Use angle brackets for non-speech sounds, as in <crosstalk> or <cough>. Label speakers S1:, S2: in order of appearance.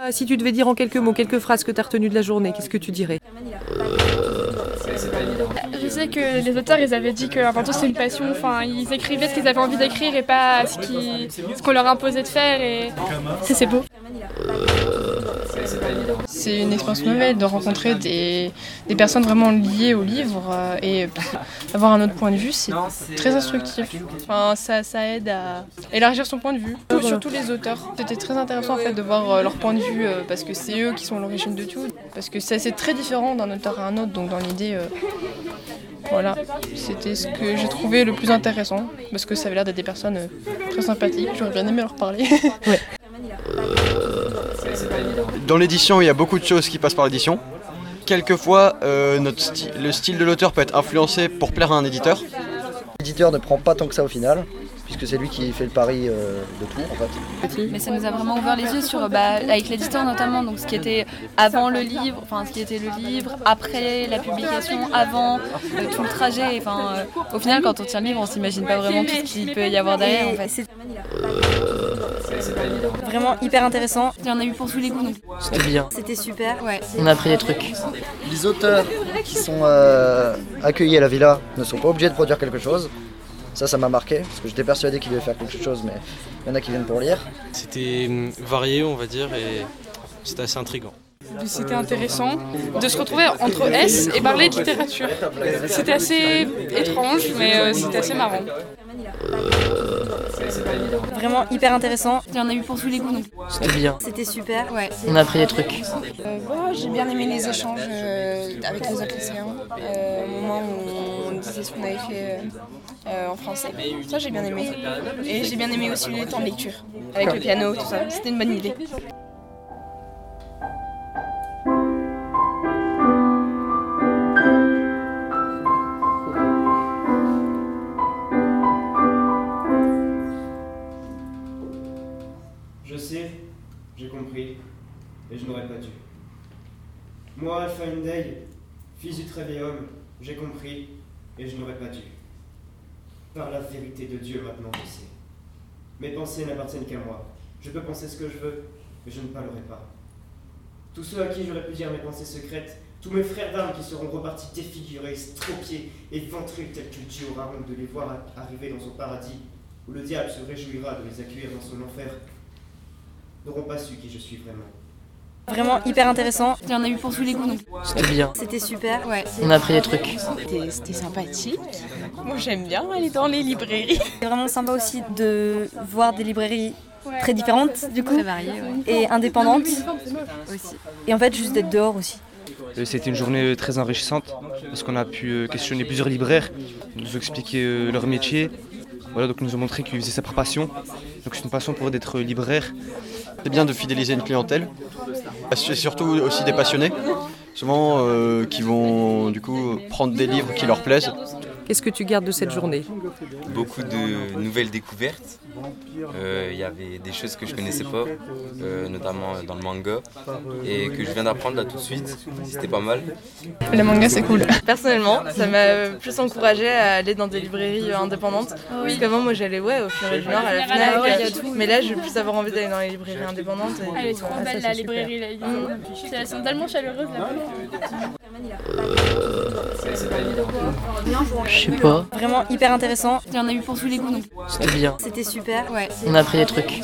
S1: Ah, Si tu devais dire en quelques mots, quelques phrases que tu as retenues de la journée, qu'est-ce que tu dirais
S2: Je sais que les auteurs, ils avaient dit qu'avant tout, c'est une passion. Enfin, ils écrivaient ce qu'ils avaient envie d'écrire et pas ce qui- ce qu'on leur imposait de faire. Et ça, c'est beau.
S3: C'est une expérience nouvelle de rencontrer des, des personnes vraiment liées au livre euh, et <laughs> avoir un autre point de vue, c'est très instructif. Enfin, ça, ça aide à élargir son point de vue, Tout- surtout les auteurs. C'était très intéressant en fait de voir euh, leur point de vue euh, parce que c'est eux qui sont à l'origine de tout. Parce que ça, c'est très différent d'un auteur à un autre, donc dans l'idée, euh, voilà, c'était ce que j'ai trouvé le plus intéressant parce que ça avait l'air d'être des personnes euh, très sympathiques. J'aurais bien aimé leur parler. <laughs>
S4: Dans l'édition, il y a beaucoup de choses qui passent par l'édition. Quelquefois, euh, notre sty- le style de l'auteur peut être influencé pour plaire à un éditeur.
S5: L'éditeur ne prend pas tant que ça au final, puisque c'est lui qui fait le pari euh, de tout en fait.
S6: Mais ça nous a vraiment ouvert les yeux sur, euh, bah, avec l'éditeur notamment, donc ce qui était avant le livre, enfin ce qui était le livre, après la publication, avant euh, tout le trajet. Enfin, euh, au final, quand on tient le livre, on s'imagine pas vraiment tout ce qu'il peut y avoir derrière. En fait.
S7: C'est vraiment hyper intéressant.
S6: Il y en a eu pour tous les goûts. donc.
S8: C'était bien.
S7: C'était super.
S6: Ouais.
S8: On a appris des trucs.
S5: Les auteurs qui sont euh, accueillis à la villa ne sont pas obligés de produire quelque chose. Ça, ça m'a marqué, parce que j'étais persuadé qu'ils devaient faire quelque chose, mais il y en a qui viennent pour lire.
S9: C'était hum, varié, on va dire, et c'était assez intriguant.
S2: C'était intéressant de se retrouver entre S et parler de littérature. C'était assez étrange, mais euh, c'était assez marrant.
S7: Vraiment hyper intéressant.
S6: Il y en a eu pour tous les goûts. donc.
S8: C'était bien.
S7: C'était super.
S6: Ouais.
S8: On a appris des trucs.
S10: Euh, J'ai bien aimé les échanges euh, avec les autres lycéens, euh, au moment où on disait ce qu'on avait fait euh, euh, en français. Ça, j'ai bien aimé. Et j'ai bien aimé aussi les temps de lecture, avec le piano, tout ça. C'était une bonne idée.
S11: Je sais, j'ai compris, et je n'aurais pas dû. Moi, Alpha Day, fils du Trévéum, j'ai compris, et je n'aurais pas dû. Par la vérité de Dieu, maintenant je sais. Mes pensées n'appartiennent qu'à moi. Je peux penser ce que je veux, mais je ne parlerai pas. Tous ceux à qui j'aurais pu dire mes pensées secrètes, tous mes frères d'armes qui seront repartis défigurés, stropiés et ventrus tels que Dieu aura honte de les voir a- arriver dans son paradis, où le diable se réjouira de les accueillir dans son enfer, n'auront pas su qui je suis vraiment.
S7: Vraiment hyper intéressant.
S6: Il y en a eu pour tous les goûts. donc.
S8: C'était bien.
S7: C'était super.
S6: Ouais.
S8: On a appris des trucs.
S10: C'était c'était sympathique. Moi, j'aime bien aller dans les librairies.
S7: C'est vraiment sympa aussi de voir des librairies très différentes du coup
S6: Très varié. ouais.
S7: et indépendantes
S6: Aussi.
S7: et en fait juste d'être dehors aussi.
S12: Euh, C'était une journée euh, très enrichissante parce qu'on a pu euh, questionner plusieurs libraires, nous expliquer euh, leur métier. Voilà, donc ils nous ont montré qu'ils faisaient ça par passion. Donc c'est une passion pour eux d'être euh, libraire.
S4: C'est bien de fidéliser une clientèle. C'est surtout aussi des passionnés, souvent euh, qui vont du coup prendre des livres qui leur plaisent.
S1: Qu'est-ce que tu gardes de cette journée
S9: Beaucoup de nouvelles découvertes. Euh, Il y avait des choses que je connaissais pas, Euh, notamment dans le manga, et que je viens d'apprendre là tout de suite. C'était pas mal.
S3: Le manga, c'est cool.
S10: Personnellement, ça m'a euh, plus encouragée à aller dans des librairies euh, indépendantes. Parce qu'avant, moi, j'allais ouais, au Furet du Nord, à la
S2: Ah ouais, il y a
S10: FNAC.
S2: tout.
S10: Mais là, je vais plus avoir envie d'aller dans les librairies indépendantes. et-
S2: Elle est trop
S10: Ah, ça,
S2: belle
S10: c'est
S2: la
S10: super.
S2: librairie. là. Ils- Elles sont tellement chaleureuses là.
S8: Je sais pas.
S7: Vraiment hyper intéressant.
S6: Il y en a eu pour tous les goûts. donc.
S8: C'était bien.
S7: C'était super.
S6: Ouais.
S8: On a appris des trucs.